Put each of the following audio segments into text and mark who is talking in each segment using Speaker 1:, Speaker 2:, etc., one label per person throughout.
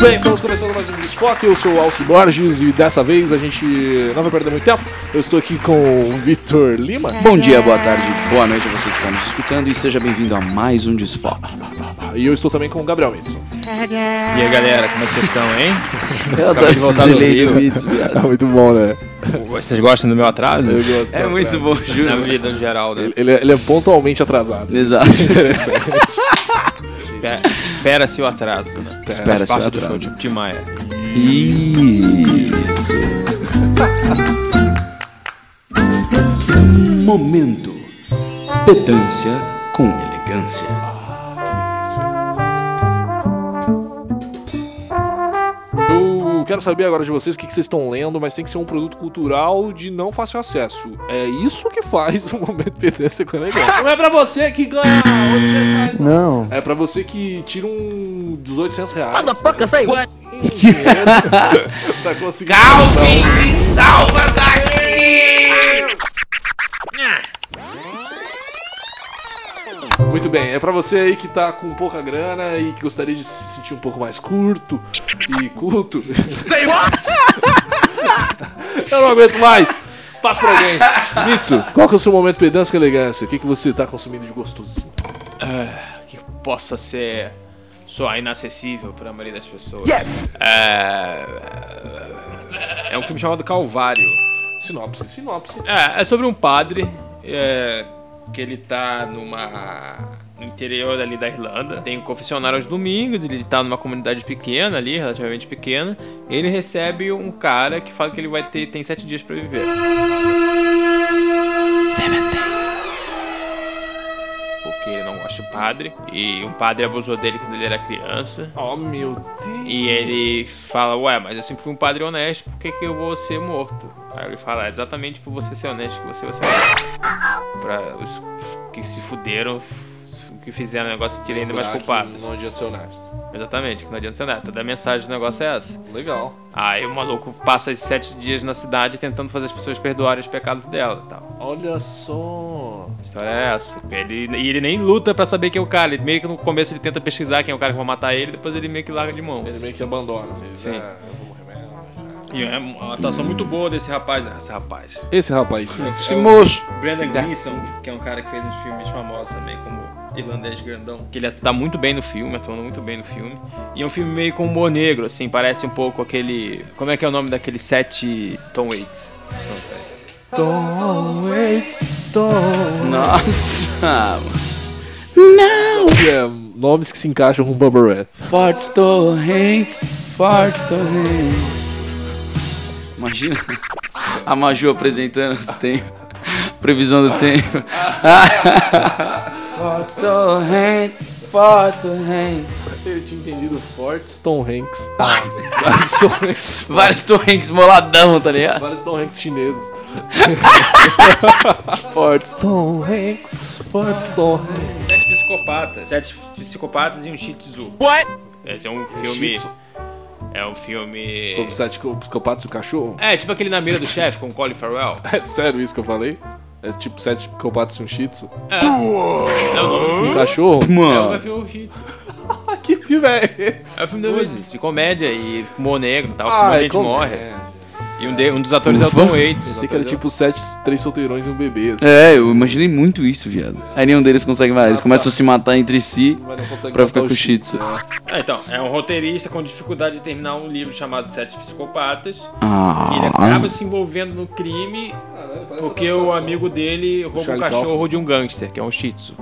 Speaker 1: bem, estamos começando mais um Desfoque. Eu sou o Alcio Borges e dessa vez a gente não vai perder muito tempo. Eu estou aqui com o Vitor Lima.
Speaker 2: Bom dia, boa tarde, boa noite a você que está nos escutando e seja bem-vindo a mais um Desfoque.
Speaker 1: E eu estou também com o Gabriel Edson.
Speaker 3: E aí galera, como é que vocês estão, hein?
Speaker 2: Eu
Speaker 3: Acabei
Speaker 2: adoro
Speaker 3: de
Speaker 2: esses
Speaker 3: voltar do
Speaker 2: delay do
Speaker 3: Rio.
Speaker 2: Beats, viado.
Speaker 1: muito bom, né?
Speaker 3: Vocês gostam do meu atraso?
Speaker 1: Eu gosto,
Speaker 2: É muito
Speaker 1: cara.
Speaker 2: bom,
Speaker 3: Na
Speaker 2: juro.
Speaker 3: vida no geral, né?
Speaker 1: Ele, ele é- ele é pontualmente atrasado.
Speaker 2: Exato.
Speaker 3: Espera- Espera-se o atraso. né?
Speaker 2: Espera-se
Speaker 3: Faz
Speaker 2: o
Speaker 3: parte do
Speaker 2: atraso.
Speaker 3: show de- De Maia.
Speaker 2: Isso. Momento. Pedância com elegância.
Speaker 1: Eu quero saber agora de vocês o que, que vocês estão lendo, mas tem que ser um produto cultural de não fácil acesso. É isso que faz o momento pedância com elegância. Não é pra você que ganha 800 reais. Não. É pra você que tira um dos 800 reais. Motherfucker, say what? pra conseguir. um Calvin! Muito bem, é pra você aí que tá com pouca grana e que gostaria de se sentir um pouco mais curto e culto. Eu não aguento mais! Passa pra alguém. Mitsu, qual que é o seu momento pedância com elegância? O que, que você tá consumindo de gostoso?
Speaker 3: Que possa ser só inacessível pra maioria das pessoas. É... é um filme chamado Calvário.
Speaker 1: Sinopse, sinopse.
Speaker 3: É, é sobre um padre é, que ele tá numa no interior ali da Irlanda. Tem um confessionário aos domingos, ele tá numa comunidade pequena ali, relativamente pequena. E ele recebe um cara que fala que ele vai ter tem sete dias pra viver. Porque ele não gosta de padre. E um padre abusou dele quando ele era criança.
Speaker 1: Oh, meu Deus.
Speaker 3: E ele fala, ué, mas eu sempre fui um padre honesto, por que, que eu vou ser morto? Aí ele fala, "É exatamente por você ser honesto que você vai ser morto. Pra os que se fuderam, f- que fizeram o negócio, tirem ainda mais
Speaker 1: Lembrar que
Speaker 3: culpados.
Speaker 1: Não adianta ser honesto.
Speaker 3: Exatamente, que não adianta ser nada. Toda a mensagem do negócio é essa.
Speaker 1: Legal.
Speaker 3: Aí o maluco passa esses sete dias na cidade tentando fazer as pessoas perdoarem os pecados dela e tal.
Speaker 1: Olha só.
Speaker 3: A história é essa. Ele, e ele nem luta pra saber quem é o cara. Ele meio que no começo ele tenta pesquisar quem é o cara que vai matar ele, depois ele meio que larga de mão.
Speaker 1: Ele meio que abandona, assim.
Speaker 3: Sim.
Speaker 1: Ah, eu vou morrer mesmo.
Speaker 3: E é uma atuação muito boa desse rapaz, esse rapaz.
Speaker 1: Esse rapaz.
Speaker 2: Esse moço.
Speaker 3: Brendan
Speaker 2: Dá
Speaker 3: Gleeson, que é um cara que fez uns filmes famosos também, como Irlandês Grandão. Que ele tá muito bem no filme, atuando muito bem no filme. E é um filme meio com humor negro, assim, parece um pouco aquele... Como é que é o nome daquele sete Tom Waits?
Speaker 1: Don't wait, don't.
Speaker 2: Nossa.
Speaker 1: Que é nomes que se encaixam com Bubble Red.
Speaker 2: Fortes torrentes, fortes torrentes. Imagina a Maju apresentando os tempo, previsão do tempo. fortes torrentes, fortes torrentes.
Speaker 1: Eu tinha entendido fortes Tom Hanks. Vários Tom Hanks.
Speaker 2: Vários torrentes moladão, tá ligado?
Speaker 1: Vários Tom Hanks chineses. fortes Tom Hanks. Fortes Tom Hanks.
Speaker 3: Sete Psicopatas. Sete Psicopatas e um Shih Tzu. Esse é um filme...
Speaker 1: Shih Tzu?
Speaker 3: É um filme...
Speaker 1: Sobre sete co- psicopatas e o cachorro?
Speaker 3: É, tipo aquele Na Mira do Chefe, com o Colin Farrell.
Speaker 1: É sério isso que eu falei? É tipo sete psicopatas e um shih tzu?
Speaker 3: É o nome...
Speaker 1: Um cachorro?
Speaker 3: É o
Speaker 2: Mano,
Speaker 3: filme Shih Tzu.
Speaker 1: Ah, que filme é esse?
Speaker 3: É um filme de comédia e humor negro e tal,
Speaker 1: Ah,
Speaker 3: como a
Speaker 1: é
Speaker 3: gente
Speaker 1: comédia.
Speaker 3: morre. E um, de- um dos atores é o Tom Waits.
Speaker 1: Pensei que era tipo sete, três solteirões e um bebê. assim.
Speaker 2: é, eu imaginei muito isso, viado. Aí nenhum deles consegue mais, eles começam a se matar entre si.
Speaker 1: Mas não consegue
Speaker 2: Pra
Speaker 1: matar
Speaker 2: ficar
Speaker 1: o
Speaker 2: com shih tzu.
Speaker 1: É.
Speaker 3: Ah, então, é um roteirista com dificuldade de terminar um livro chamado Sete Psicopatas. E ele
Speaker 2: Ah,
Speaker 3: acaba se envolvendo no crime porque o amigo dele rouba o
Speaker 1: Charlie
Speaker 3: cachorro
Speaker 1: Kaufman.
Speaker 3: de um gangster, que é um shih tzu.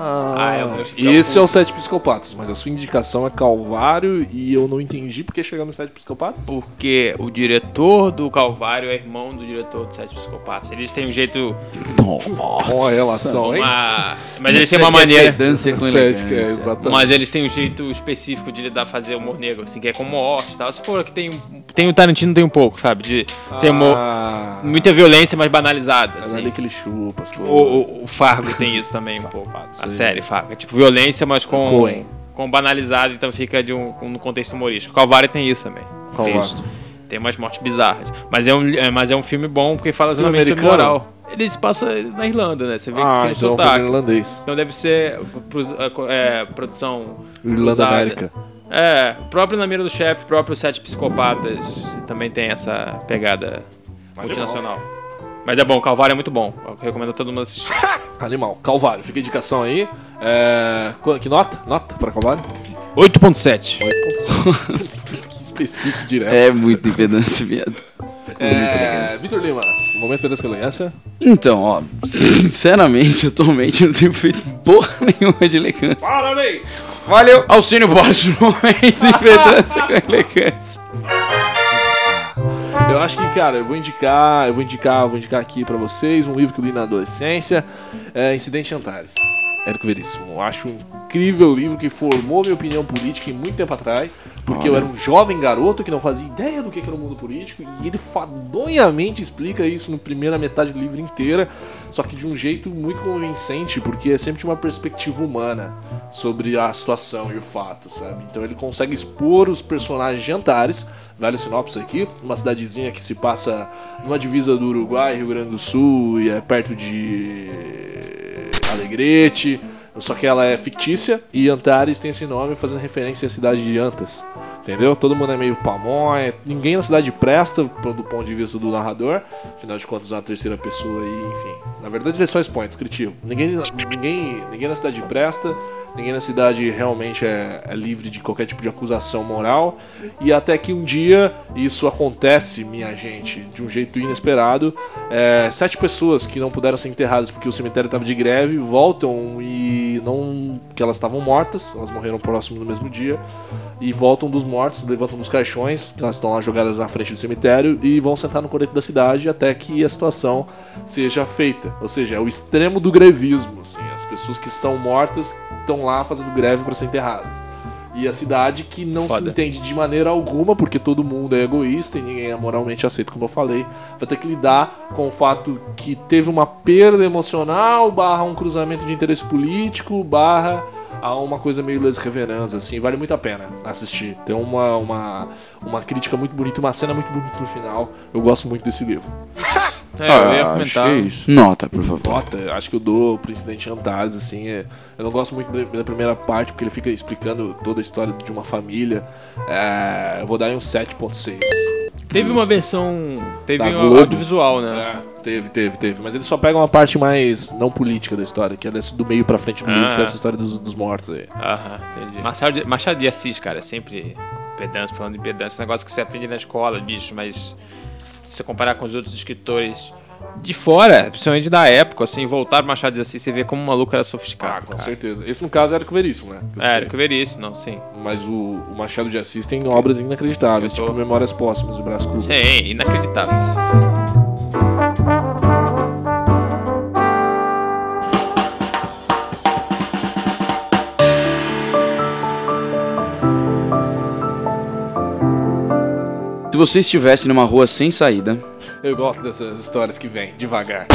Speaker 1: Ah,
Speaker 3: eu vou ficar
Speaker 1: Esse é o Sete Psicopatas, mas a sua indicação é Calvário e eu não entendi porque chegamos no Sete Psicopatas.
Speaker 3: Porque o diretor do Calvário é irmão do diretor do Sete Psicopatas. Eles têm um jeito,
Speaker 2: nossa.
Speaker 1: Qual a relação, hein?
Speaker 3: uma... Mas eles
Speaker 2: Isso
Speaker 3: têm
Speaker 2: é que
Speaker 3: uma
Speaker 2: é
Speaker 3: maneira...
Speaker 2: Pedância com
Speaker 1: Estética, é,
Speaker 2: elegância.
Speaker 1: exatamente.
Speaker 3: Mas eles têm um jeito específico de lidar, fazer humor negro, assim, que é com morte e tal. Se for que tem, tem o Tarantino, tem um pouco, sabe? De ser humor,
Speaker 1: Ah,
Speaker 3: muita violência, mas banalizada.
Speaker 1: mas Ah, é
Speaker 3: Assim.
Speaker 1: ali que ele chupa. as coisas.
Speaker 3: O, o- o Fargo tem isso também um pouco. A série Fargo. É tipo violência, mas com,
Speaker 1: Coen.
Speaker 3: com banalizado, então fica de um, um contexto humorístico. Calvário tem isso também.
Speaker 1: Calvário.
Speaker 3: Tem, isso. tem umas mortes bizarras. Mas é um, é- mas é um filme bom porque fala
Speaker 1: Filme
Speaker 3: exatamente sobre
Speaker 1: americano?
Speaker 3: moral. Ele se passa na Irlanda, né? Você vê que
Speaker 1: Ah,
Speaker 3: tem um
Speaker 1: então foi
Speaker 3: sotaque.
Speaker 1: irlandês.
Speaker 3: Então deve ser pros- é, co- é, produção
Speaker 1: Irlanda
Speaker 3: usada.
Speaker 1: América.
Speaker 3: É, o próprio Na Mira do Chefe, o próprio Sete Psicopatas também tem essa pegada multinacional. Mas é bom, Calvário é muito bom. Eu recomendo a todo mundo assistir.
Speaker 1: Animal, Calvário, fica a indicação aí. É, qu- Que nota? Nota pra Calvário?
Speaker 3: 8.7.
Speaker 1: que específico, direto.
Speaker 2: É muito impedância, viado. Com muita
Speaker 1: É,
Speaker 2: elegância.
Speaker 1: Vitor Lima, momento perdas que elegância.
Speaker 2: Então, ó, sinceramente, atualmente eu não tenho feito porra nenhuma de elegância.
Speaker 1: Parabéns!
Speaker 2: Valeu! Alcínio Borges, momento de impedância com elegância.
Speaker 1: Eu acho que, cara, eu vou indicar, eu vou indicar, vou indicar aqui pra vocês um livro que eu li na adolescência, é Incidente em Antares. Érico Veríssimo. Eu Acho um incrível livro que formou minha opinião política em muito tempo atrás, porque eu era um jovem garoto que não fazia ideia do que que era o mundo político, e ele fadonhamente explica isso na primeira metade do livro inteira, só que de um jeito muito convincente, porque é sempre de uma perspectiva humana sobre a situação e o fato, sabe? Então ele consegue expor os personagens de Antares, Vale Sinopse aqui, uma cidadezinha que se passa numa divisa do Uruguai, Rio Grande do Sul, e é perto de Alegrete, só que ela é fictícia, e Antares tem esse nome fazendo referência à cidade de Antas, entendeu? Todo mundo é meio pamonha, ninguém na cidade presta, pro- do ponto de vista do narrador, afinal de contas é uma terceira pessoa e enfim. Na verdade ele é só expõe, descritivo. Ninguém, ninguém, ninguém na cidade presta, Ninguém na cidade realmente é, é livre de qualquer tipo de acusação moral. E até que um dia isso acontece, minha gente, de um jeito inesperado. É, sete pessoas que não puderam ser enterradas porque o cemitério estava de greve voltam e não. que elas estavam mortas, elas morreram próximo no mesmo dia. E voltam dos mortos, levantam dos caixões, que elas estão lá jogadas na frente do cemitério, e vão sentar no coreto da cidade até que a situação seja feita. Ou seja, é o extremo do grevismo, assim. As pessoas que estão mortas estão lá fazendo greve para ser enterradas. E a cidade que não se
Speaker 3: Foda.
Speaker 1: entende de maneira alguma, porque todo mundo é egoísta e ninguém é moralmente aceito, como eu falei, vai ter que lidar com o fato que teve uma perda emocional, barra um cruzamento de interesse político, barra a uma coisa meio Les Reverends, assim, vale muito a pena assistir. Tem uma, uma, uma crítica muito bonita, uma cena muito bonita no final. Eu gosto muito desse livro.
Speaker 3: É, eu ia
Speaker 2: acho
Speaker 3: comentar.
Speaker 2: que é isso. Nota, por favor.
Speaker 1: Nota, acho que eu dou pro Incidente Antares, assim. é- eu não gosto muito da- da primeira parte, porque ele fica explicando toda a história de uma família. É, eu vou dar aí um 7.6.
Speaker 3: Teve uma versão. Teve
Speaker 1: Da
Speaker 3: um
Speaker 1: Globo.
Speaker 3: audiovisual, né?
Speaker 1: É, teve, teve, teve. Mas ele só pega uma parte mais não política da história, que é desse do meio pra frente do
Speaker 3: Ah.
Speaker 1: livro, que é essa história dos, dos mortos aí.
Speaker 3: Aham, entendi. Machado de, Machado de Assis, cara, é sempre pedância, falando de pedância, é um negócio que você aprende na escola, bicho, mas se você comparar com os outros escritores de fora, principalmente da época, assim, voltar pro Machado de Assis, você vê como o maluco era
Speaker 1: Ah,
Speaker 3: sofisticado.
Speaker 1: com
Speaker 3: cara.
Speaker 1: certeza. Esse, no caso, era o Veríssimo, né? Que eu
Speaker 3: É,
Speaker 1: citei.
Speaker 3: era que eu veria isso, não, sim.
Speaker 1: Mas o, o Machado de Assis tem obras inacreditáveis,
Speaker 3: Eu tô-
Speaker 1: tipo Memórias Póstumas do Brás Cubas.
Speaker 3: É, inacreditável.
Speaker 2: Se você estivesse numa rua sem saída
Speaker 1: Eu gosto dessas histórias que vêm devagar.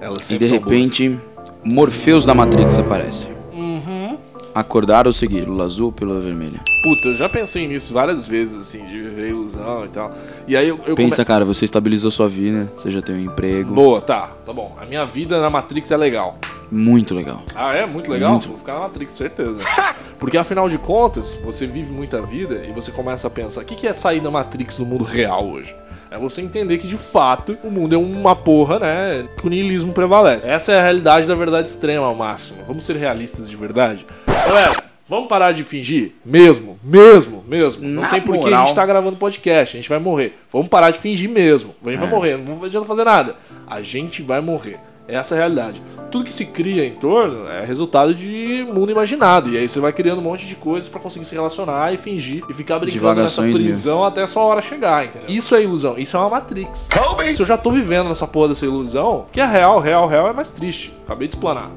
Speaker 1: Elas
Speaker 2: e
Speaker 1: sempre
Speaker 2: de
Speaker 1: são boas.
Speaker 2: repente Morfeus da Matrix aparece. Uhum. Acordar ou seguir? Lula azul ou pílula vermelha?
Speaker 1: Puta, eu já pensei nisso várias vezes, assim, de viver ilusão e tal. E aí eu, eu
Speaker 2: Pensa, cara, você estabilizou sua vida, você já tem um emprego.
Speaker 1: Boa, tá, tá bom. A minha vida na Matrix é legal.
Speaker 2: Muito legal.
Speaker 1: Ah, é? Muito legal?
Speaker 2: Muito.
Speaker 1: Vou ficar na Matrix, certeza. Porque afinal de contas, você vive muita vida e você começa a pensar: o que que é sair da Matrix no mundo real hoje? É você entender que de fato o mundo é uma porra, né? Que o niilismo prevalece. Essa é a realidade da verdade extrema ao máximo. Vamos ser realistas de verdade? Galera, vamos parar de fingir? Mesmo, mesmo, mesmo. Não
Speaker 2: Na
Speaker 1: tem por que a
Speaker 2: moral.
Speaker 1: gente tá gravando podcast, a gente vai morrer. Vamos parar de fingir mesmo. A gente vai morrer, não adianta fazer nada. A gente vai morrer. Essa é a realidade. Tudo que se cria em torno é resultado de mundo imaginado. E aí você vai criando um monte de coisas pra conseguir se relacionar e fingir e ficar brincando nessa
Speaker 2: Divagações mil.
Speaker 1: prisão até a sua hora chegar, entendeu? Isso é ilusão, isso é uma Matrix. Se eu já tô vivendo nessa porra dessa ilusão, que é real, real, real é mais triste. Acabei de explanar.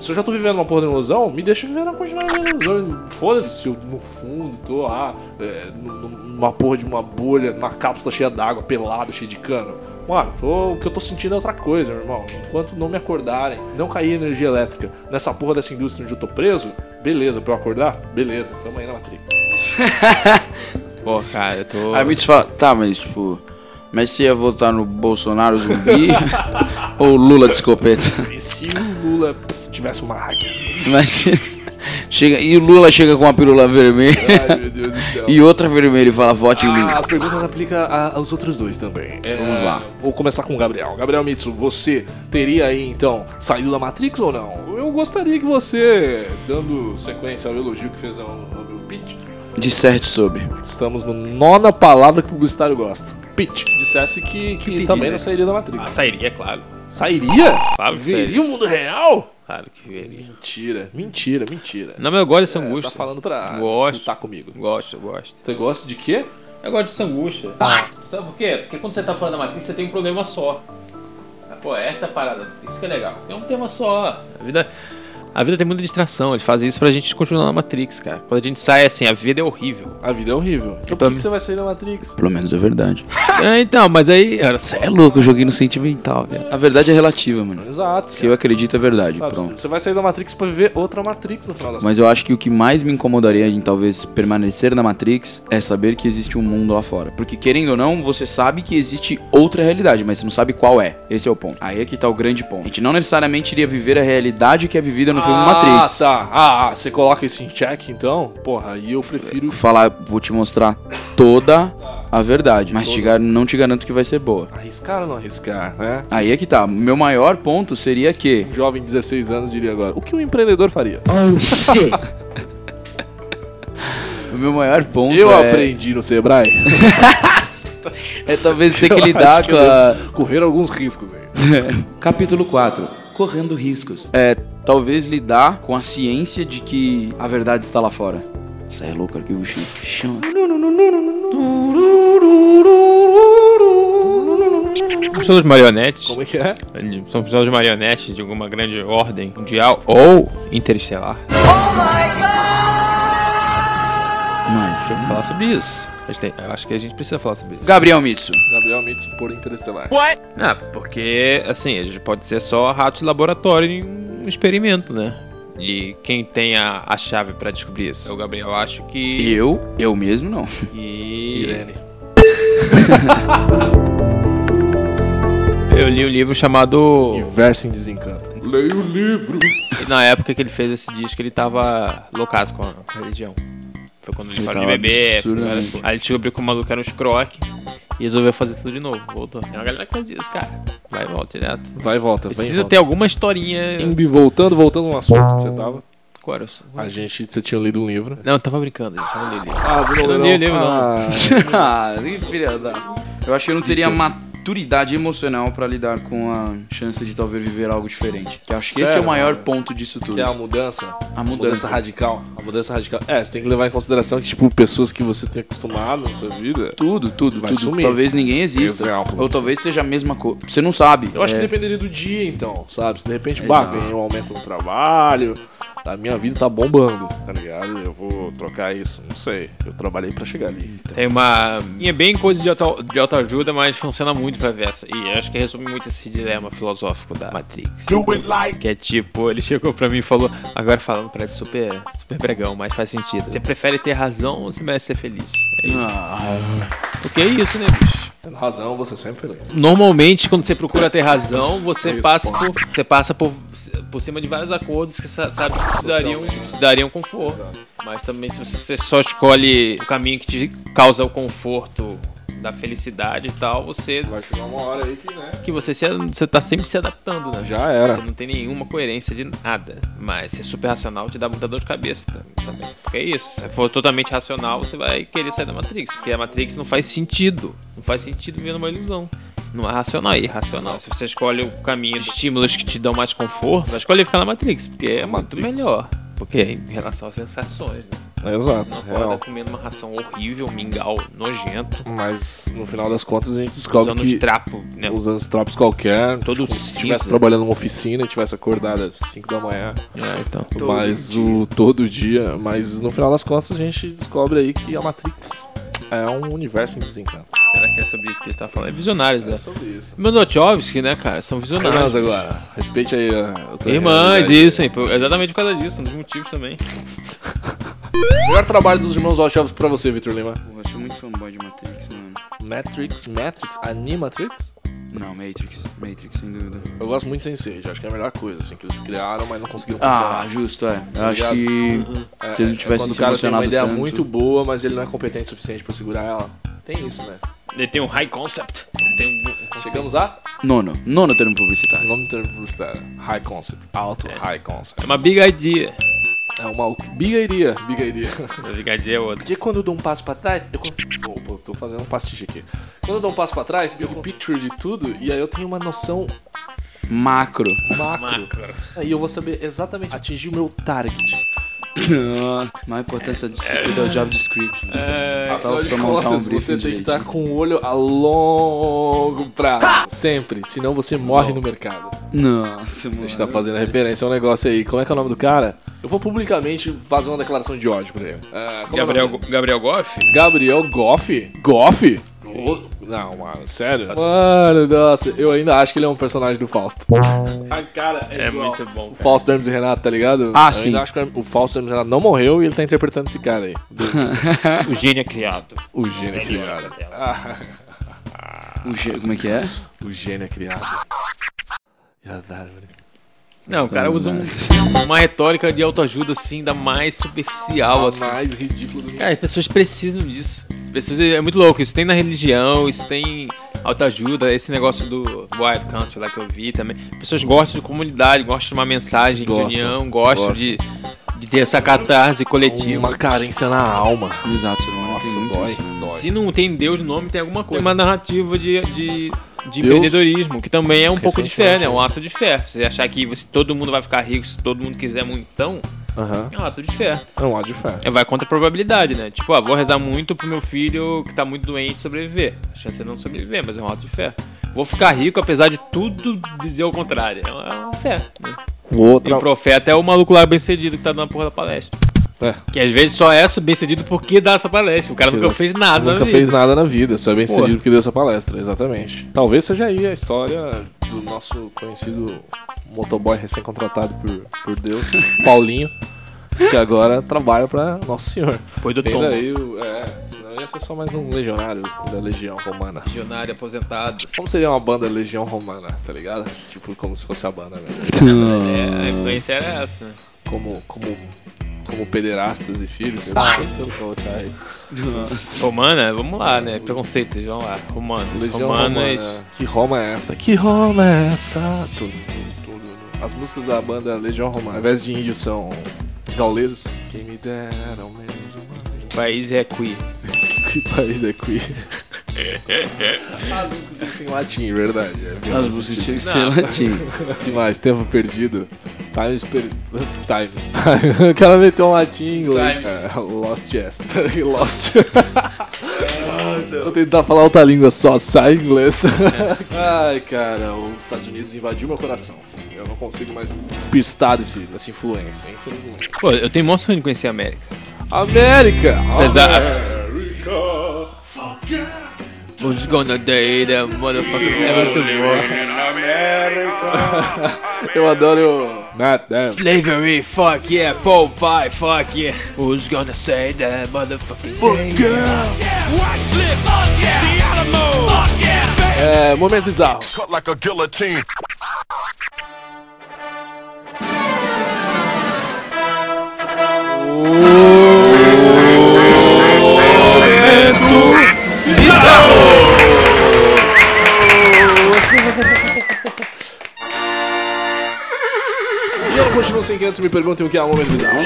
Speaker 1: Se eu já tô vivendo uma porra de ilusão, me deixa viver na continuidade da ilusão. Foda-se se eu no fundo tô lá, é, nu- nu- numa porra de uma bolha, numa cápsula cheia d'água, pelado, cheio de cano. Mano, tô- o que eu tô sentindo é outra coisa, meu irmão. Enquanto não me acordarem, não cair energia elétrica nessa porra dessa indústria onde eu tô preso, beleza, pra eu acordar? Beleza, tamo aí na Matrix.
Speaker 3: Pô, cara, eu tô.
Speaker 2: Aí muitos falam, tá, mas tipo, mas se ia votar no Bolsonaro zumbi ou Lula de escopeta?
Speaker 1: E se o Lula tivesse uma hacker?
Speaker 2: Imagina. Chega, e o Lula chega com uma pílula vermelha
Speaker 1: Ai, meu Deus do céu.
Speaker 2: e outra vermelha e fala, vote em mim.
Speaker 1: Ah, A pergunta aplica a- aos outros dois também. É,
Speaker 2: Vamos lá.
Speaker 1: Vou começar com o Gabriel. Gabriel Mitsu, você teria aí então saído da Matrix ou não? Eu gostaria que você, dando sequência ao elogio que fez ao, ao meu pitch,
Speaker 2: Disserte sobre.
Speaker 1: estamos no nona palavra que o publicitário gosta. Pitch. Dissesse que, que
Speaker 3: Entendi,
Speaker 1: também
Speaker 3: né?
Speaker 1: não sairia da
Speaker 3: Ah,
Speaker 1: Matrix.
Speaker 3: sairia, claro.
Speaker 1: Sairia?
Speaker 3: Ah, Claro que
Speaker 1: Veria
Speaker 3: sairia.
Speaker 1: o mundo real?
Speaker 3: Claro que veria.
Speaker 1: Mentira, mentira, mentira.
Speaker 3: Não, mas eu gosto de
Speaker 1: É,
Speaker 3: sangucha.
Speaker 1: Tá falando pra
Speaker 3: Gosto.
Speaker 1: disputar comigo.
Speaker 3: Gosto, eu gosto.
Speaker 1: Você gosta de quê?
Speaker 3: Eu gosto de sangucha. Sabe por quê? Porque quando você tá fora da matriz, você tem um problema só. Pô, essa é a parada. Isso que é legal. Tem um tema só. A vida... A vida tem muita distração, eles fazem isso pra gente continuar na Matrix, cara. Quando a gente sai assim, a vida é horrível.
Speaker 1: A vida é horrível. Então por
Speaker 3: pra
Speaker 1: que
Speaker 3: mim-
Speaker 1: que você vai sair da Matrix?
Speaker 2: Pelo menos é verdade.
Speaker 3: É, então, mas aí. Olha só.
Speaker 2: Você é louco, eu joguei no sentimental, velho. A verdade é relativa, mano.
Speaker 1: Exato.
Speaker 2: Se eu acredito, é verdade.
Speaker 1: Sabe,
Speaker 2: Pronto.
Speaker 1: Você vai sair da Matrix pra viver outra Matrix no final das
Speaker 2: Mas eu acho que o que mais me incomodaria em talvez permanecer na Matrix é saber que existe um mundo lá fora. Porque querendo ou não, você sabe que existe outra realidade, mas você não sabe qual é. Esse é o ponto. Aí é que tá o grande ponto. A gente não necessariamente iria viver a realidade que é vivida no filme Matrix.
Speaker 1: Ah, tá. Ah, ah, você coloca isso em check então? Porra, aí eu prefiro.
Speaker 2: Falar, vou te mostrar toda a verdade, mas te gar- não te garanto que vai ser boa.
Speaker 1: Arriscar ou não arriscar, né?
Speaker 2: Aí é que tá. Meu maior ponto seria que
Speaker 1: Um jovem de 16 anos diria agora. O que um empreendedor faria?
Speaker 2: o meu maior ponto
Speaker 1: eu
Speaker 2: é,
Speaker 1: aprendi no Sebrae.
Speaker 2: é talvez ter que
Speaker 1: Acho
Speaker 2: lidar
Speaker 1: que
Speaker 2: com a,
Speaker 1: eu Correr alguns riscos aí.
Speaker 2: Capítulo 4 Correndo riscos. É, talvez lidar com a ciência de que a verdade está lá fora. Você é louco, arquivo X. Chama.
Speaker 3: São os marionetes.
Speaker 1: Como é que é?
Speaker 3: São pessoas marionetes de alguma grande ordem mundial ou interestelar.
Speaker 2: Mas.
Speaker 3: Vamos falar sobre isso. A gente tem- eu acho que a gente precisa falar sobre isso.
Speaker 2: Gabriel Mitsu.
Speaker 1: Gabriel Mitsu por Interestelar.
Speaker 3: Ah, porque, assim, a gente pode ser só ratos de laboratório em um experimento, né? E quem tem a, a chave pra descobrir isso? Eu, Gabriel, acho que.
Speaker 2: Eu, eu mesmo não.
Speaker 3: que...
Speaker 1: Irene.
Speaker 3: Eu li um livro chamado.
Speaker 1: Inverso em desencanto. Leia o livro.
Speaker 3: Na época que ele fez esse disco, ele tava loucaço com a com a religião. Foi quando ele
Speaker 2: Ele
Speaker 3: parou de
Speaker 2: tava
Speaker 3: beber. foi várias
Speaker 2: absurdamente.
Speaker 3: coisas. Aí ele descobriu que o maluco era um escroque e resolveu fazer tudo de novo. Voltou. Tem uma galera que faz isso, cara. Vai e volta direto.
Speaker 1: Vai e volta, vai e
Speaker 3: Precisa
Speaker 1: volta.
Speaker 3: ter alguma historinha.
Speaker 1: Indo e voltando, voltando no assunto que você tava.
Speaker 3: Qual era o assunto?
Speaker 1: A gente, você tinha lido um livro.
Speaker 3: Não, eu tava brincando, gente. Eu não li livro.
Speaker 1: Ah, você
Speaker 3: Eu não li o livro, não.
Speaker 1: Ah,
Speaker 2: ah, que filha da- Eu acho que eu não teria
Speaker 1: Então.
Speaker 2: maturidade emocional pra lidar com a chance de talvez viver algo diferente. Que eu acho que esse é
Speaker 1: Sério,
Speaker 2: o maior
Speaker 1: mano?
Speaker 2: ponto disso tudo.
Speaker 1: Que é a mudança. mudança
Speaker 2: A mudança.
Speaker 1: radical. A mudança radical. É, você tem que levar em consideração que, tipo, pessoas que você tem acostumado na sua vida.
Speaker 2: Tudo, tudo,
Speaker 1: Vai
Speaker 2: tudo.
Speaker 1: sumir.
Speaker 2: Talvez ninguém exista.
Speaker 1: Exemplo.
Speaker 2: Ou talvez seja a mesma coisa. Você não sabe.
Speaker 1: Eu acho
Speaker 2: É,
Speaker 1: que dependeria do dia, então, sabe? Se de repente, bah,
Speaker 2: Exato.
Speaker 1: ganhei um aumento no trabalho, a minha vida tá bombando, tá ligado? Eu vou trocar isso, não sei. Eu trabalhei pra chegar ali.
Speaker 3: Tem uma. É bem coisa de auto- de autoajuda, mas funciona muito pra ver essa. E eu acho que resume muito esse dilema filosófico da Matrix. Que é tipo, ele chegou pra mim e falou. Agora falando, parece super, super pregão, mas faz sentido. Você prefere ter razão ou você merece ser feliz? É isso.
Speaker 2: Ah,
Speaker 3: Porque é isso, né, bicho?
Speaker 1: Tendo razão, você é sempre feliz.
Speaker 3: Normalmente, quando você procura ter razão, você
Speaker 1: É Isso,
Speaker 3: passa
Speaker 1: pô.
Speaker 3: por. Você passa por. Por cima de vários acordos que sa- sabe que te dariam, te dariam conforto. Mas também se você só escolhe o caminho que te causa o conforto da felicidade e tal, você.
Speaker 1: Vai chegar uma hora aí que, né?
Speaker 3: Que você, se, você tá sempre se adaptando, né?
Speaker 1: Já era.
Speaker 3: Você não tem nenhuma coerência de nada. Mas ser super racional te dá muita dor de cabeça tam- também. Porque é isso. Se for totalmente racional, você vai querer sair da Matrix. Porque a Matrix não faz sentido. Não faz sentido viver numa ilusão. Não é racional, é irracional. Se você escolhe o caminho de estímulos que te dão mais conforto, vai escolher ficar na Matrix, porque é muito
Speaker 1: Matrix.
Speaker 3: melhor. Porque é em relação às sensações, né?
Speaker 1: Exato.
Speaker 3: Não pode
Speaker 1: real.
Speaker 3: estar comendo uma ração horrível, um mingau nojento,
Speaker 1: Mas no final das contas a gente descobre
Speaker 3: usando
Speaker 1: que
Speaker 3: os trapos, né?
Speaker 1: usando os trapos qualquer, tipo,
Speaker 3: Todo
Speaker 1: se estivesse
Speaker 3: cinza.
Speaker 1: trabalhando numa oficina e tivesse acordado às 5 da manhã,
Speaker 3: É, então.
Speaker 1: mas o todo dia, mas no final das contas a gente descobre aí que a Matrix é um universo em desencanto.
Speaker 3: Será que é sobre isso que a gente tá falando? É visionários, né?
Speaker 1: É sobre isso.
Speaker 3: Meus Wachowski, né, cara, são visionários.
Speaker 1: Irmãs agora, respeite aí a outra
Speaker 3: Irmãs,
Speaker 1: realidade.
Speaker 3: isso, hein? por- Exatamente por causa disso, um dos motivos também.
Speaker 1: Melhor trabalho dos irmãos Wachowski pra você, Vitor Lima.
Speaker 2: porra, eu sou muito fanboy de Matrix, mano.
Speaker 1: Matrix, Matrix, Animatrix?
Speaker 2: Não, Matrix. Matrix, sem dúvida.
Speaker 1: Eu gosto muito de Sense8, acho que é a melhor coisa, assim, que eles criaram, mas não conseguiram
Speaker 2: Ah,
Speaker 1: controlar.
Speaker 2: justo, é. Eu acho
Speaker 1: ligado?
Speaker 2: que
Speaker 1: É,
Speaker 2: se eles não
Speaker 1: é quando
Speaker 2: tivessem
Speaker 1: o
Speaker 2: se
Speaker 1: cara tem
Speaker 2: emocionado
Speaker 1: uma ideia
Speaker 2: tanto...
Speaker 1: muito boa, mas ele não é competente o suficiente pra segurar ela. Tem isso, né?
Speaker 3: Ele tem um high concept. Ele tem um...
Speaker 1: Chegamos a
Speaker 2: Nono. Nono termo publicitário.
Speaker 1: nome do termo publicitário. High concept. Alto high concept.
Speaker 3: É uma big idea.
Speaker 1: É uma bigairia. Bigairia.
Speaker 3: A big idea é outra.
Speaker 1: Porque quando eu dou um passo pra trás, eu consigo. Opa, eu tô fazendo um pastiche aqui. Quando eu dou um passo pra trás, eu picture de tudo e aí eu tenho uma noção
Speaker 2: Macro.
Speaker 1: macro.
Speaker 3: Macro.
Speaker 1: Aí eu vou saber exatamente atingir o meu target.
Speaker 2: Nossa, a maior importância disso tudo é o job description.
Speaker 3: É,
Speaker 1: Afinal
Speaker 2: Só
Speaker 1: de
Speaker 2: só montar um
Speaker 1: contas,
Speaker 2: briefing
Speaker 1: você tem que
Speaker 2: direitinho.
Speaker 1: estar com o olho a longo prazo. Sempre, senão você morre no mercado.
Speaker 2: Nossa,
Speaker 1: A
Speaker 2: mano.
Speaker 1: gente tá fazendo referência a um negócio aí. Como é que é o nome do cara? Eu vou publicamente fazer uma declaração de ódio pra ele. Ah, como é o
Speaker 3: Gabriel,
Speaker 1: nome?
Speaker 3: Gabriel Goff?
Speaker 1: Gabriel Goff? Goff? Ô, Não, mano, sério? Mano, nossa, eu ainda acho que ele é um personagem do Fausto. A cara
Speaker 3: É muito bom.
Speaker 1: O
Speaker 3: Cara.
Speaker 1: Fausto Hermes e Renato, tá ligado?
Speaker 2: Ah,
Speaker 1: eu
Speaker 2: sim.
Speaker 1: ainda acho que o Fausto Hermes e Renato não morreu e ele tá interpretando esse cara aí.
Speaker 3: O gênio é criado.
Speaker 1: O gênio é criado.
Speaker 2: O G... Como é que é?
Speaker 1: O gênio é criado. E a árvore.
Speaker 3: Não, o cara usa um- uma retórica de autoajuda assim, da mais superficial, assim.
Speaker 1: mais ridículo do mundo.
Speaker 3: Cara, as pessoas precisam disso. As Pessoas, é muito louco, isso tem na religião, isso tem autoajuda, esse negócio do Wild Country lá que eu vi também. As Pessoas gostam de comunidade, gostam de uma mensagem
Speaker 1: Gostam,
Speaker 3: de união, gostam,
Speaker 1: gostam.
Speaker 3: De, de ter essa catarse coletiva.
Speaker 1: Uma carência na alma.
Speaker 2: Exato, ser humano tem muito isso, né?
Speaker 1: dói.
Speaker 3: Se não tem Deus no nome, tem alguma coisa. Tem uma narrativa de, de, de
Speaker 1: Deus-
Speaker 3: empreendedorismo, que também é um pouco de fé,
Speaker 1: Recentemente,
Speaker 3: né? É um ato de fé. Você achar que você- todo mundo vai ficar rico se todo mundo quiser muito, então,
Speaker 1: Aham.
Speaker 3: é um ato de fé.
Speaker 1: É um ódio de fé.
Speaker 3: É, vai contra a probabilidade, né? Tipo, ah, vou rezar muito pro meu filho que tá muito doente sobreviver. A chance é não sobreviver, mas é um ato de fé. Vou ficar rico apesar de tudo dizer o contrário. É uma, é uma fé. Né?
Speaker 1: O
Speaker 3: E o
Speaker 1: outro.
Speaker 3: profeta é o maluco lá bem cedido que tá dando a porra da palestra.
Speaker 1: É.
Speaker 3: Que às vezes só é bem cedido porque dá essa palestra. O cara
Speaker 1: Porque
Speaker 3: nunca
Speaker 1: você
Speaker 3: fez nada, na
Speaker 1: Nunca
Speaker 3: vida.
Speaker 1: fez nada na vida, só é bem
Speaker 2: Porra.
Speaker 1: cedido que deu essa palestra, exatamente. Talvez seja aí a história do nosso conhecido motoboy recém-contratado por, por Deus, Paulinho, que agora trabalha pra Nosso Senhor.
Speaker 3: Foi do
Speaker 1: Vem
Speaker 3: Tom.
Speaker 1: daí, o- é, senão ia ser só mais um legionário da legião romana.
Speaker 3: Milionário aposentado.
Speaker 1: Como seria uma banda legião romana, tá ligado? Tipo, como se fosse a banda mesmo.
Speaker 3: É, a influência era essa, né?
Speaker 1: Como, como, como pederastas e filhos. sei lá, não sei o que colocar aí.
Speaker 3: Romana, vamos lá, né? Preconceito, vamos lá. Romanos.
Speaker 1: Legião
Speaker 3: Romanas.
Speaker 1: Romana. Que Roma é essa? Que Roma é essa? Tum, tum, tum, tum. As músicas da banda Legião Romana, ao invés de índios, são gauleses. Quem me deram menos uma vez.
Speaker 3: País é queer.
Speaker 1: Que país é queer? As músicas têm que ser em latim, é verdade. É verdade.
Speaker 2: As músicas tinham que ser latim.
Speaker 1: que mais? Tempo perdido. Times per... Times. Time. O cara meteu um latim em inglês.
Speaker 2: Times.
Speaker 1: É, Lost Chest. Lost. Vou tentar falar outra língua só, sai inglês. Ai, cara, os Estados Unidos invadiu meu coração. Eu não consigo mais despistar desse, dessa influência, infelizmente.
Speaker 3: Pô, eu tenho maior sonho de conhecer a América.
Speaker 1: América!
Speaker 3: Apesar-
Speaker 1: América!
Speaker 3: Who's gonna day the motherfuckers never to war?
Speaker 1: Eu adoro o... Not them.
Speaker 3: Slavery, fuck yeah, Paul Pie, fuck yeah. Who's gonna say that motherfucking fuck
Speaker 1: É, momento bizarro.
Speaker 4: cut like a guillotine.
Speaker 1: E eu continuo sem que antes me perguntem o que é o momento bizarro.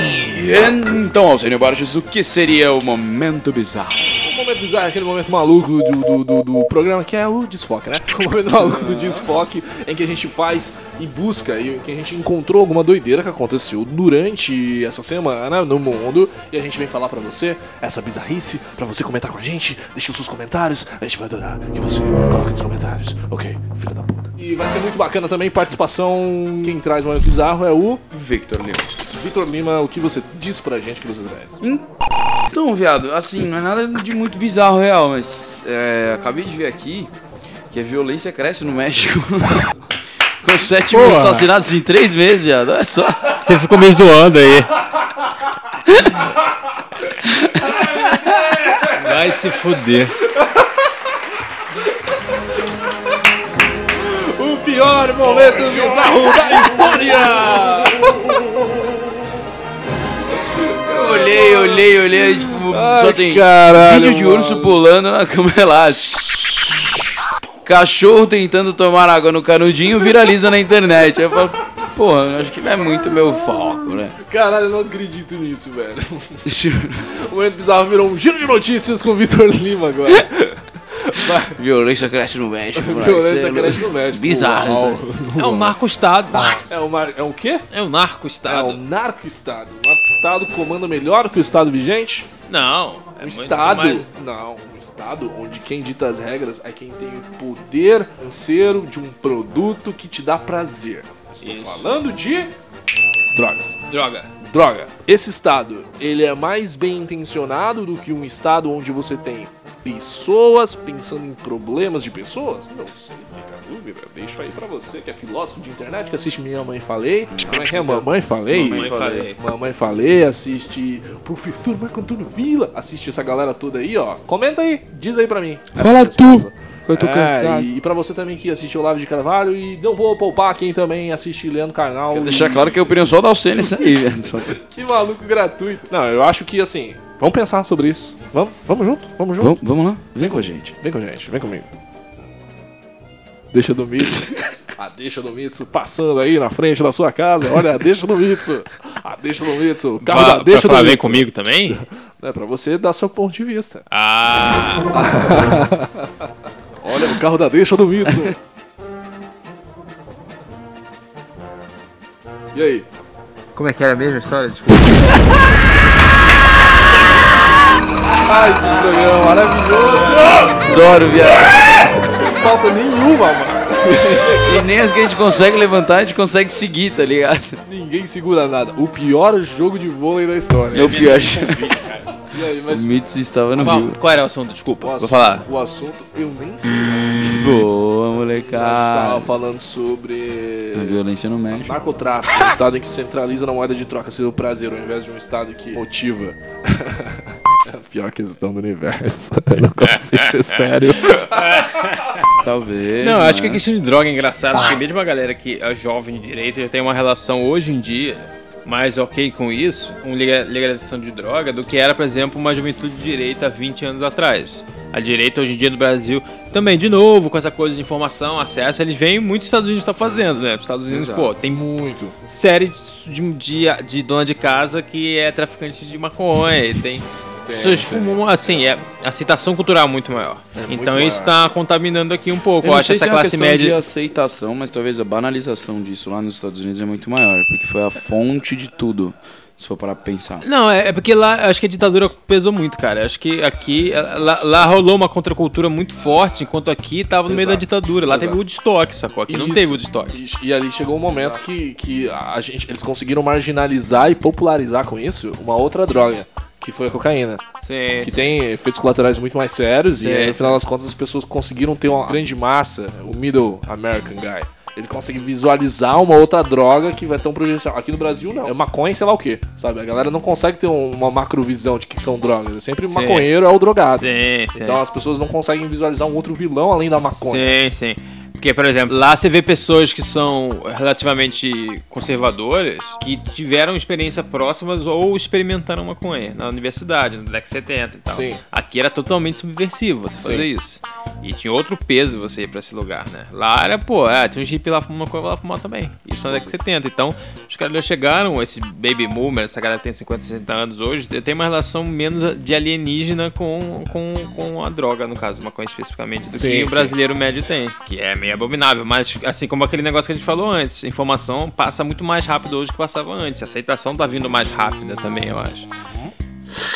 Speaker 2: Então, Alcênio Barros, o que seria o momento bizarro?
Speaker 1: O momento bizarro é aquele momento maluco do, do, do- do programa que é o desfoque, né? O momento maluco do desfoque em que a gente faz e busca e que a gente encontrou alguma doideira que aconteceu durante essa semana no mundo e a gente vem falar pra você essa bizarrice, pra você comentar com a gente. Deixa os seus comentários, a gente vai adorar que você coloque nos comentários, ok? Filha da puta. E vai ser muito bacana também participação. Quem traz o momento bizarro é o
Speaker 2: Victor Lima.
Speaker 1: Vitor Lima. O que você diz pra gente que você traz?
Speaker 2: Então, viado, assim, não é nada de muito bizarro, real, mas é, acabei de ver aqui que a violência cresce no México. Com 7 mil
Speaker 1: Porra.
Speaker 2: assassinatos em 3 meses, viado, olha só.
Speaker 3: Você ficou me zoando aí. Vai se fuder.
Speaker 1: pior momento bizarro da história!
Speaker 2: Eu olhei, olhei, olhei, tipo, só
Speaker 1: Ai,
Speaker 2: tem
Speaker 1: caralho,
Speaker 2: vídeo de
Speaker 1: mano.
Speaker 2: urso pulando na cama elástica. Cachorro tentando tomar água no canudinho viraliza na internet. Aí eu falo, porra, acho que não é muito meu foco, né?
Speaker 1: Caralho, eu não acredito nisso, velho. O momento bizarro virou um giro de notícias com o Vitor Lima agora.
Speaker 2: Violência cresce no México. né? Isso
Speaker 1: Violência
Speaker 2: é
Speaker 1: cresce no México.
Speaker 2: Bizarro,
Speaker 1: Uau.
Speaker 2: isso
Speaker 3: É um narco-estado.
Speaker 1: É um mar- é um quê?
Speaker 3: É um narco-estado.
Speaker 1: É um narco-estado. O narco-estado comanda melhor que o estado vigente?
Speaker 3: Não.
Speaker 1: Um
Speaker 3: é muito
Speaker 1: estado...
Speaker 3: mais-
Speaker 1: Não, um estado onde quem dita as regras é quem tem o poder financeiro de um produto que te dá prazer. Estou
Speaker 3: Isso.
Speaker 1: falando de... Drogas.
Speaker 3: Droga.
Speaker 1: Droga. Esse estado, ele é mais bem intencionado do que um estado onde você tem pessoas pensando em problemas de pessoas? Não sei, fica a dúvida. Deixa aí pra você que é filósofo de internet, que assiste Minha Mãe Falei. Como é que é? Mamãe Falei?
Speaker 3: Mamãe Falei.
Speaker 1: Mamãe Falei, assiste Professor Marco Antônio Vila. Assiste essa galera toda aí, ó. Comenta aí, diz aí pra mim.
Speaker 4: Fala tu, eu tô
Speaker 1: É,
Speaker 4: cansado.
Speaker 1: E, e pra você também que assiste Olavo de Carvalho, e não vou poupar quem também assiste Leandro Carnal.
Speaker 2: Vou
Speaker 1: e-
Speaker 2: Deixar claro que é a opinião só da Alcena isso aí, velho. Só-
Speaker 1: que maluco gratuito. Não, eu acho que assim, vamos pensar sobre isso. Vamos, vamos junto, vamos junto.
Speaker 2: Vamos, vamos lá? Vem com a gente.
Speaker 1: Vem com a gente, vem comigo. Deixa do Mitsu. A deixa do Mitsu passando aí na frente da sua casa. Olha, a deixa do Mitsu. A deixa do Mitsu. O carro da deixa do
Speaker 3: falar
Speaker 1: Mitsu.
Speaker 3: bem comigo também?
Speaker 1: É pra você dar seu ponto de vista.
Speaker 3: Ah,
Speaker 1: Olha, o carro da deixa do Mitsu. e aí?
Speaker 5: Como é que era a mesma história? Desculpa.
Speaker 1: Mais um programa maravilhoso.
Speaker 2: Adoro, viado.
Speaker 1: Falta nenhuma, mano.
Speaker 2: E nem as que a gente consegue levantar, a gente consegue seguir, tá ligado?
Speaker 1: Ninguém segura nada. O pior jogo de vôlei da história.
Speaker 2: É o pior.
Speaker 1: E aí,
Speaker 2: O
Speaker 1: mas
Speaker 2: Mitsu estava no
Speaker 3: qual,
Speaker 2: Rio.
Speaker 3: qual era o assunto? Desculpa.
Speaker 1: O assunto,
Speaker 2: falar.
Speaker 1: O assunto, eu nem sei. mais.
Speaker 2: Boa,
Speaker 1: A gente tava
Speaker 2: molecada.
Speaker 1: falando sobre.
Speaker 2: A violência no México.
Speaker 1: Narcotráfico, um estado em que se centraliza na moeda de troca seu prazer, ao invés de um estado que motiva. É a pior questão do universo. Eu não consigo ser sério.
Speaker 2: Talvez.
Speaker 3: Não, eu acho
Speaker 2: né?
Speaker 3: que a questão de droga é engraçada, porque mesmo a galera que é jovem de direita já tem uma relação hoje em dia mais ok com isso, com lega- legalização de droga, do que era, por exemplo, uma juventude de direita há 20 anos atrás. A direita hoje em dia no Brasil, também de novo, com essa coisa de informação, acesso, eles veem muito o que os Estados Unidos está fazendo, né? Os Estados Unidos,
Speaker 2: Exato.
Speaker 3: pô, tem muito. Série de, de, de dona de casa que é traficante de maconha, e tem. Pessoas fumam, assim, é a citação cultural muito maior. então
Speaker 1: muito
Speaker 3: isso está contaminando aqui um pouco. Eu,
Speaker 2: não
Speaker 3: acho
Speaker 2: sei
Speaker 3: essa
Speaker 2: se é uma
Speaker 3: classe
Speaker 2: questão de
Speaker 3: média.
Speaker 2: aceitação, mas talvez a banalização disso lá nos Estados Unidos é muito maior, porque foi a fonte de tudo, se for parar pra pensar.
Speaker 3: Não, é, é porque lá acho que a ditadura pesou muito, cara. Acho que aqui é, lá, lá rolou uma contracultura muito forte, enquanto aqui tava no meio da
Speaker 1: Exato.
Speaker 3: ditadura. Lá teve
Speaker 1: Exato.
Speaker 3: o Woodstock, sacou? Aqui não
Speaker 1: Isso.
Speaker 3: teve Woodstock.
Speaker 1: E, e ali chegou um momento que, que a gente, eles conseguiram marginalizar e popularizar com isso uma outra droga, que foi a cocaína.
Speaker 3: Sim.
Speaker 1: que tem efeitos colaterais muito mais sérios e
Speaker 3: É.
Speaker 1: no final das contas as pessoas conseguiram ter uma grande massa, o middle American guy. Ele consegue visualizar uma outra droga que vai ter um projeção. Aqui no Brasil, não. É maconha e sei lá o quê, sabe? A galera não consegue ter um- uma macrovisão de que são drogas. É sempre o
Speaker 3: Sim.
Speaker 1: maconheiro é o drogado.
Speaker 3: Sim, sim.
Speaker 1: Então as pessoas não conseguem visualizar um outro vilão além da maconha.
Speaker 3: Sim, sim. Porque, por exemplo, lá você vê pessoas que são relativamente conservadoras que tiveram experiência próximas ou experimentaram maconha na universidade, na década de 70 e tal.
Speaker 1: Sim.
Speaker 3: Aqui era totalmente subversivo você fazer isso. E tinha outro peso você ir pra esse lugar, né? Lá era, pô, é, tinha uns hippies lá fumando maconha, lá fumando também. Isso na década de 70. Então, os caras já chegaram, esse baby boomer, essa galera que tem 50, 60 anos hoje, tem uma relação menos de alienígena com, com, com a droga, no caso, maconha especificamente, do
Speaker 1: Sim,
Speaker 3: que
Speaker 1: sim.
Speaker 3: o brasileiro médio tem. Que é meio abominável, mas assim como aquele negócio que a gente falou antes, informação passa muito mais rápido hoje que passava antes. A aceitação tá vindo mais rápida também, eu acho.
Speaker 1: Uhum.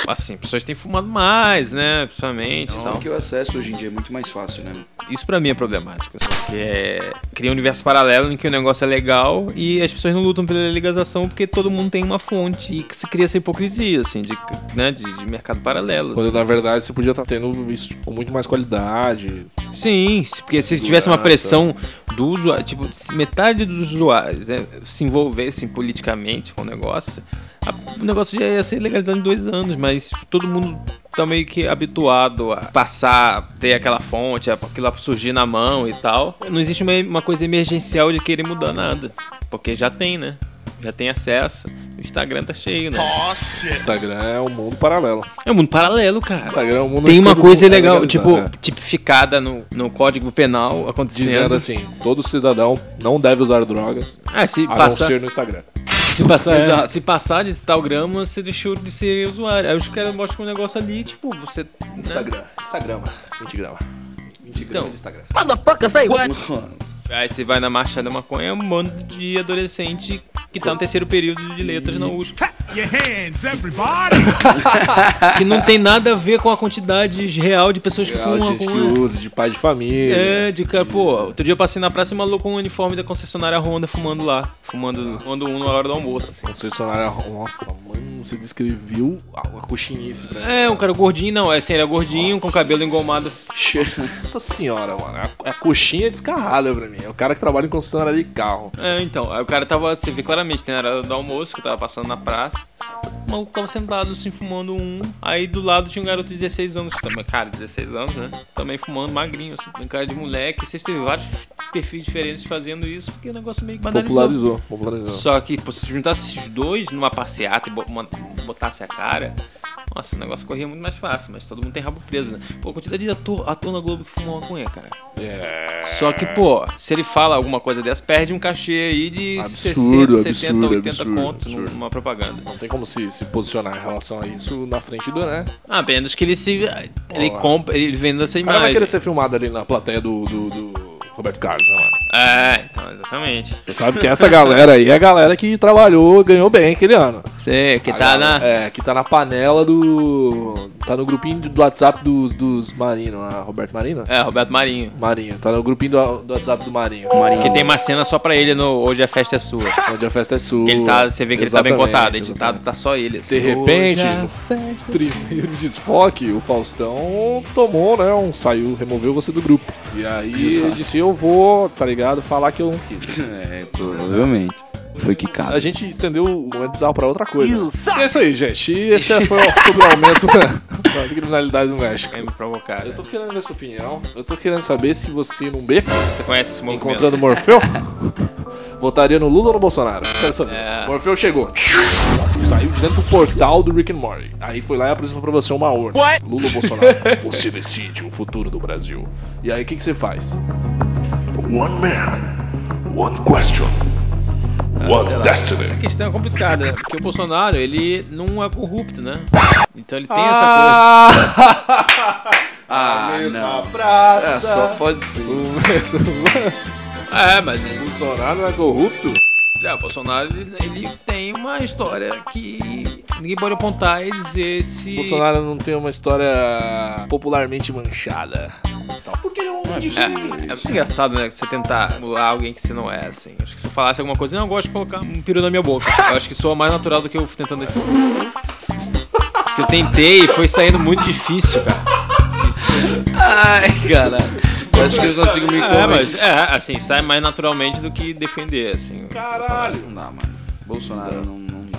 Speaker 3: Assim, pessoas têm fumado mais, né? Principalmente e tal.
Speaker 2: Porque o acesso hoje em dia é muito mais fácil, né?
Speaker 3: Isso pra mim é problemático, assim, porque é... cria um universo paralelo em que o negócio é legal e as pessoas não lutam pela legalização porque todo mundo tem uma fonte e que se cria essa hipocrisia, assim, de, né, de, de mercado paralelo. assim.
Speaker 1: Quando na verdade você podia estar tendo isso com muito mais qualidade.
Speaker 3: Sim, se- porque se tivesse uma pressão do usuário, tipo, se metade dos usuários né, se envolvessem politicamente com o negócio, a- o negócio já ia ser legalizado em dois anos, mas todo mundo tá meio que habituado a passar, ter aquela fonte, a- aquilo surgir na mão e tal. Não existe uma, uma coisa emergencial de querer mudar nada, porque já tem, né? Já tem acesso. O Instagram tá cheio, né?
Speaker 4: Oh,
Speaker 1: Instagram é um mundo paralelo.
Speaker 3: É um mundo paralelo, cara.
Speaker 1: Instagram é um mundo
Speaker 3: Tem
Speaker 1: onde
Speaker 3: uma
Speaker 1: todo
Speaker 3: coisa
Speaker 1: mundo é
Speaker 3: legal,
Speaker 1: legalizado,
Speaker 3: tipo,
Speaker 1: né?
Speaker 3: tipificada no, no Código Penal acontecendo.
Speaker 1: Dizendo assim, todo cidadão não deve usar drogas,
Speaker 3: Ah, se
Speaker 1: a
Speaker 3: passar,
Speaker 1: não ser no Instagram.
Speaker 3: se passar,
Speaker 1: É.
Speaker 3: exato, se passar de tal grama, você deixou de ser usuário. Aí os caras mostram um negócio ali, tipo, você... né?
Speaker 1: Instagram, Instagram, 20 gramas. 20 gramas de Instagram.
Speaker 2: Nossa.
Speaker 3: Aí você vai na marcha da maconha, um monte de adolescente que tá no terceiro período de letras na USP.
Speaker 4: Your hands, everybody!
Speaker 3: Que não tem nada a ver com a quantidade real de pessoas que
Speaker 1: Legal,
Speaker 3: fumam
Speaker 1: gente
Speaker 3: maconha.
Speaker 1: que usa, de pai de família.
Speaker 3: É, de cara, pô, outro dia eu passei na praça e um maluco com o uniforme da concessionária Honda fumando lá. Fumando, fumando um na hora do almoço, assim.
Speaker 1: Concessionária, nossa, mano, você descreveu a, a coxinice pra mim.
Speaker 3: É, um cara gordinho, não, é assim, ele é gordinho, com cabelo engomado.
Speaker 1: Nossa senhora, mano, a, a coxinha é descarrada pra mim. É o cara que trabalha em concessionária de carro.
Speaker 3: É, então, aí o cara tava, você vê claramente, né, era do almoço, que eu tava passando na praça. O maluco tava sentado, assim, fumando um. Aí do lado tinha um garoto de 16 anos, também, cara, 16 anos, né? Também fumando, magrinho, assim, um cara de moleque. Vocês teve vários perfis diferentes fazendo isso, porque o negócio meio que banalizou.
Speaker 1: Popularizou, popularizou.
Speaker 3: Só que, pô, se juntasse esses dois numa passeata e bo- uma- botasse a cara, nossa, o negócio corria muito mais fácil, mas todo mundo tem rabo preso, né? Pô, a quantidade de ator, ator na Globo que fumou maconha, cara. É. Só que, pô, se ele fala alguma coisa dessa, perde um cachê aí de
Speaker 1: Absurdo,
Speaker 3: 60, 70,
Speaker 1: absurdo,
Speaker 3: 80
Speaker 1: absurdo,
Speaker 3: contos
Speaker 1: absurdo.
Speaker 3: numa propaganda.
Speaker 1: Não tem como se, se posicionar em relação a isso na frente do, né?
Speaker 3: Ah, apenas que ele se. Ele
Speaker 1: Pô.
Speaker 3: compra, ele vende essa
Speaker 1: O cara vai
Speaker 3: imagem.
Speaker 1: querer ser filmado ali na plateia do, do, do Roberto Carlos, né, mano?
Speaker 3: É, então, exatamente.
Speaker 1: Você sabe que essa galera aí é a galera que trabalhou, ganhou bem aquele ano.
Speaker 3: Você que
Speaker 1: A
Speaker 3: tá
Speaker 1: galera-
Speaker 3: na.
Speaker 1: É, que tá na panela do. Tá no grupinho do WhatsApp dos, dos Marino, lá, Roberto Marino?
Speaker 3: É, Roberto Marinho.
Speaker 1: Marinho, tá no grupinho do, do WhatsApp do Marinho.
Speaker 2: Marinho.
Speaker 3: Que tem uma cena só pra ele no Hoje a Festa é Sua.
Speaker 1: Onde a festa é sua.
Speaker 3: Que ele tá, você vê que ele tá bem
Speaker 1: Exatamente,
Speaker 3: cotado, editado
Speaker 1: exatamente.
Speaker 3: tá só ele. assim.
Speaker 1: De repente,
Speaker 3: Hoje a
Speaker 1: no primeiro desfoque, o Faustão tomou, né? Um saiu, removeu você do grupo. E aí
Speaker 2: Exato.
Speaker 1: ele disse: Eu vou, tá ligado? Falar que eu não quis.
Speaker 2: É, provavelmente. Foi quicado.
Speaker 1: A gente estendeu o momento bizarro pra outra coisa. E é isso aí, gente. E Esse foi o- sobre o aumento da da criminalidade no México.
Speaker 3: Vai me provocar.
Speaker 1: Eu
Speaker 3: né?
Speaker 1: tô querendo ver sua opinião. Eu tô querendo saber se você, num beco,
Speaker 3: Você conhece esse movimento?
Speaker 1: encontrando Morfeu, votaria no Lula ou no Bolsonaro? Quero saber.
Speaker 3: É.
Speaker 1: Morfeu chegou. Saiu de dentro do portal do Rick and Morty. Aí foi lá e apresentou pra você uma urna. Lula ou Bolsonaro? você decide o futuro do Brasil. E aí, o que, que você faz?
Speaker 6: One man, one question,
Speaker 1: É,
Speaker 6: one destiny.
Speaker 3: A questão é complicada, né? porque o Bolsonaro, ele não é corrupto, né? Então ele tem
Speaker 1: Ah.
Speaker 2: Ah,
Speaker 1: praça.
Speaker 2: É, só pode ser. isso.
Speaker 1: O mesmo-
Speaker 3: essa coisa. É, mas ele-
Speaker 1: Bolsonaro não é corrupto?
Speaker 3: é, o Bolsonaro, ele, ele tem uma história que ninguém pode apontar e dizer se...
Speaker 1: Bolsonaro não tem uma história popularmente manchada. Porque ele é um
Speaker 3: É muito engraçado, né? Você tentar emular alguém que você não é, assim. Acho que se eu falasse alguma coisa, não, eu gosto de colocar um peru na minha boca. Eu acho que soa mais natural do que eu tentando. Que eu tentei e foi saindo muito difícil, cara.
Speaker 2: Ai, cara. Acho que eu consigo me
Speaker 3: né? É, mas
Speaker 2: convencer.
Speaker 3: é, assim, sai mais naturalmente do que defender, assim. Caralho!
Speaker 2: Não dá, mano. Bolsonaro não, não dá.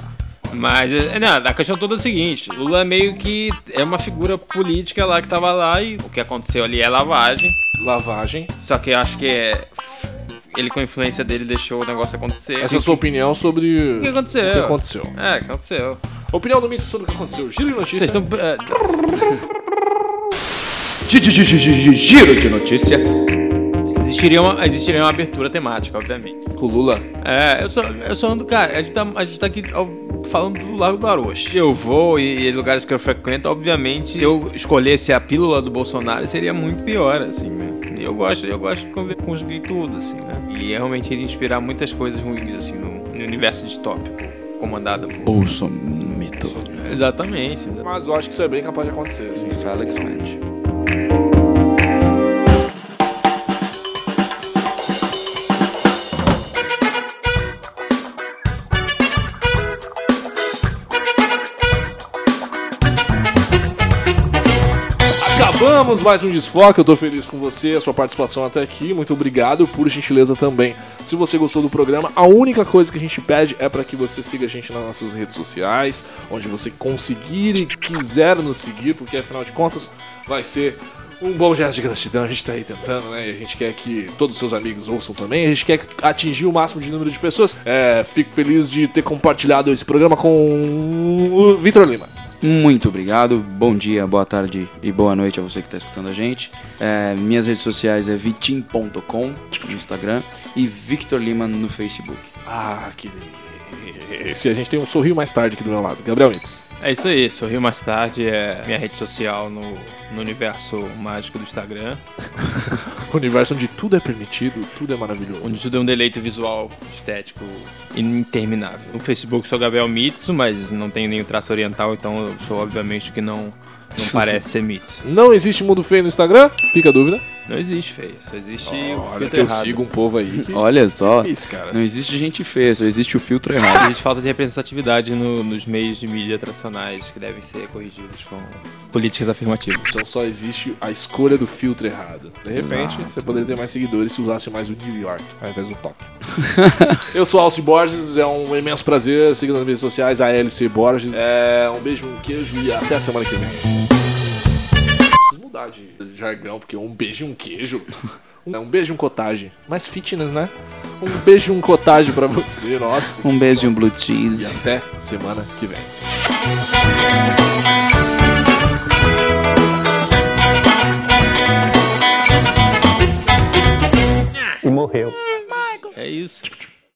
Speaker 3: Mas, é, não, a questão toda é a seguinte: Lula meio que é uma figura política lá que tava lá e o que aconteceu ali é lavagem.
Speaker 1: Lavagem.
Speaker 3: Só que eu acho que é. Ele com a influência dele deixou o negócio acontecer.
Speaker 1: Essa é a sua opinião sobre
Speaker 3: O que aconteceu?
Speaker 1: O que aconteceu.
Speaker 3: É, aconteceu.
Speaker 1: Opinião do mito sobre o que aconteceu. Giro de notícia.
Speaker 3: Vocês estão. é,
Speaker 2: Giro de notícia.
Speaker 3: existiria, uma, existiria uma abertura temática, obviamente.
Speaker 1: Com o Lula.
Speaker 3: É, eu só, eu só ando. Cara, a gente tá, a gente tá aqui ó, falando do Lago do Aroche. Eu vou e, e lugares que eu frequento, obviamente, se eu escolhesse a pílula do Bolsonaro, seria muito pior, assim, né? E Eu gosto, eu gosto de conver- conseguir tudo, assim, né? E realmente iria inspirar muitas coisas ruins, assim, no, no universo distópico comandado por.
Speaker 2: Bolsonaro.
Speaker 3: Exatamente. exa-
Speaker 1: Mas eu acho que isso é bem capaz de acontecer. assim.
Speaker 2: Alex Mendes.
Speaker 1: Acabamos Encerramos mais um Desfoque. Eu tô feliz com você, a sua participação até aqui. Muito obrigado, por gentileza também. Se você gostou do programa, a única coisa que a gente pede é para que você siga a gente nas nossas redes sociais, onde você conseguir e quiser nos seguir, porque afinal de contas vai ser um bom gesto de gratidão. A gente tá aí tentando, né? E a gente quer que todos os seus amigos ouçam também. A gente quer atingir o máximo de número de pessoas. É, fico feliz de ter compartilhado esse programa com o Vitor Lima.
Speaker 2: Muito obrigado, bom dia, boa tarde e boa noite a você que está escutando a gente. É, minhas redes sociais é vitim.com no Instagram e Victor Lima no Facebook.
Speaker 1: Ah, que delícia. A gente tem um sorriso mais tarde aqui do meu lado. Gabriel Mendes.
Speaker 3: É isso aí, Sorriu Mais Tarde é minha rede social no, no universo mágico do Instagram,
Speaker 1: O universo onde tudo é permitido, tudo é maravilhoso.
Speaker 3: onde tudo é um deleito visual, estético interminável. No Facebook sou Gabriel Mitsu, mas não tenho nenhum traço oriental, então eu sou obviamente que não, não parece ser Mitsu.
Speaker 1: Não existe mundo feio no Instagram? Fica a dúvida.
Speaker 3: Não existe, feio, só existe o
Speaker 1: Olha
Speaker 3: filtro
Speaker 1: que eu
Speaker 3: errado.
Speaker 1: sigo um povo aí que
Speaker 2: Olha só,
Speaker 1: isso, cara.
Speaker 2: não existe gente feia, só existe o filtro errado.
Speaker 1: um
Speaker 3: Existe falta de representatividade no- nos meios de mídia tradicionais que devem ser corrigidos com políticas afirmativas.
Speaker 1: Então só existe a escolha do filtro errado. De repente, você poderia ter mais seguidores se usasse mais o New York, ao invés do Tóquio. Eu sou Alci Borges, é um imenso prazer. Siga nas redes sociais, a LC Borges. É, um beijo, um queijo e até a semana que vem. Preciso mudar de jargão, porque um beijo e um queijo. Um, é um beijo e um cottage. Mais fitness, né? Um beijo e um cottage pra você, nossa.
Speaker 2: Um beijo e um blue
Speaker 1: E
Speaker 2: cheese.
Speaker 1: até semana que vem.
Speaker 3: É isso.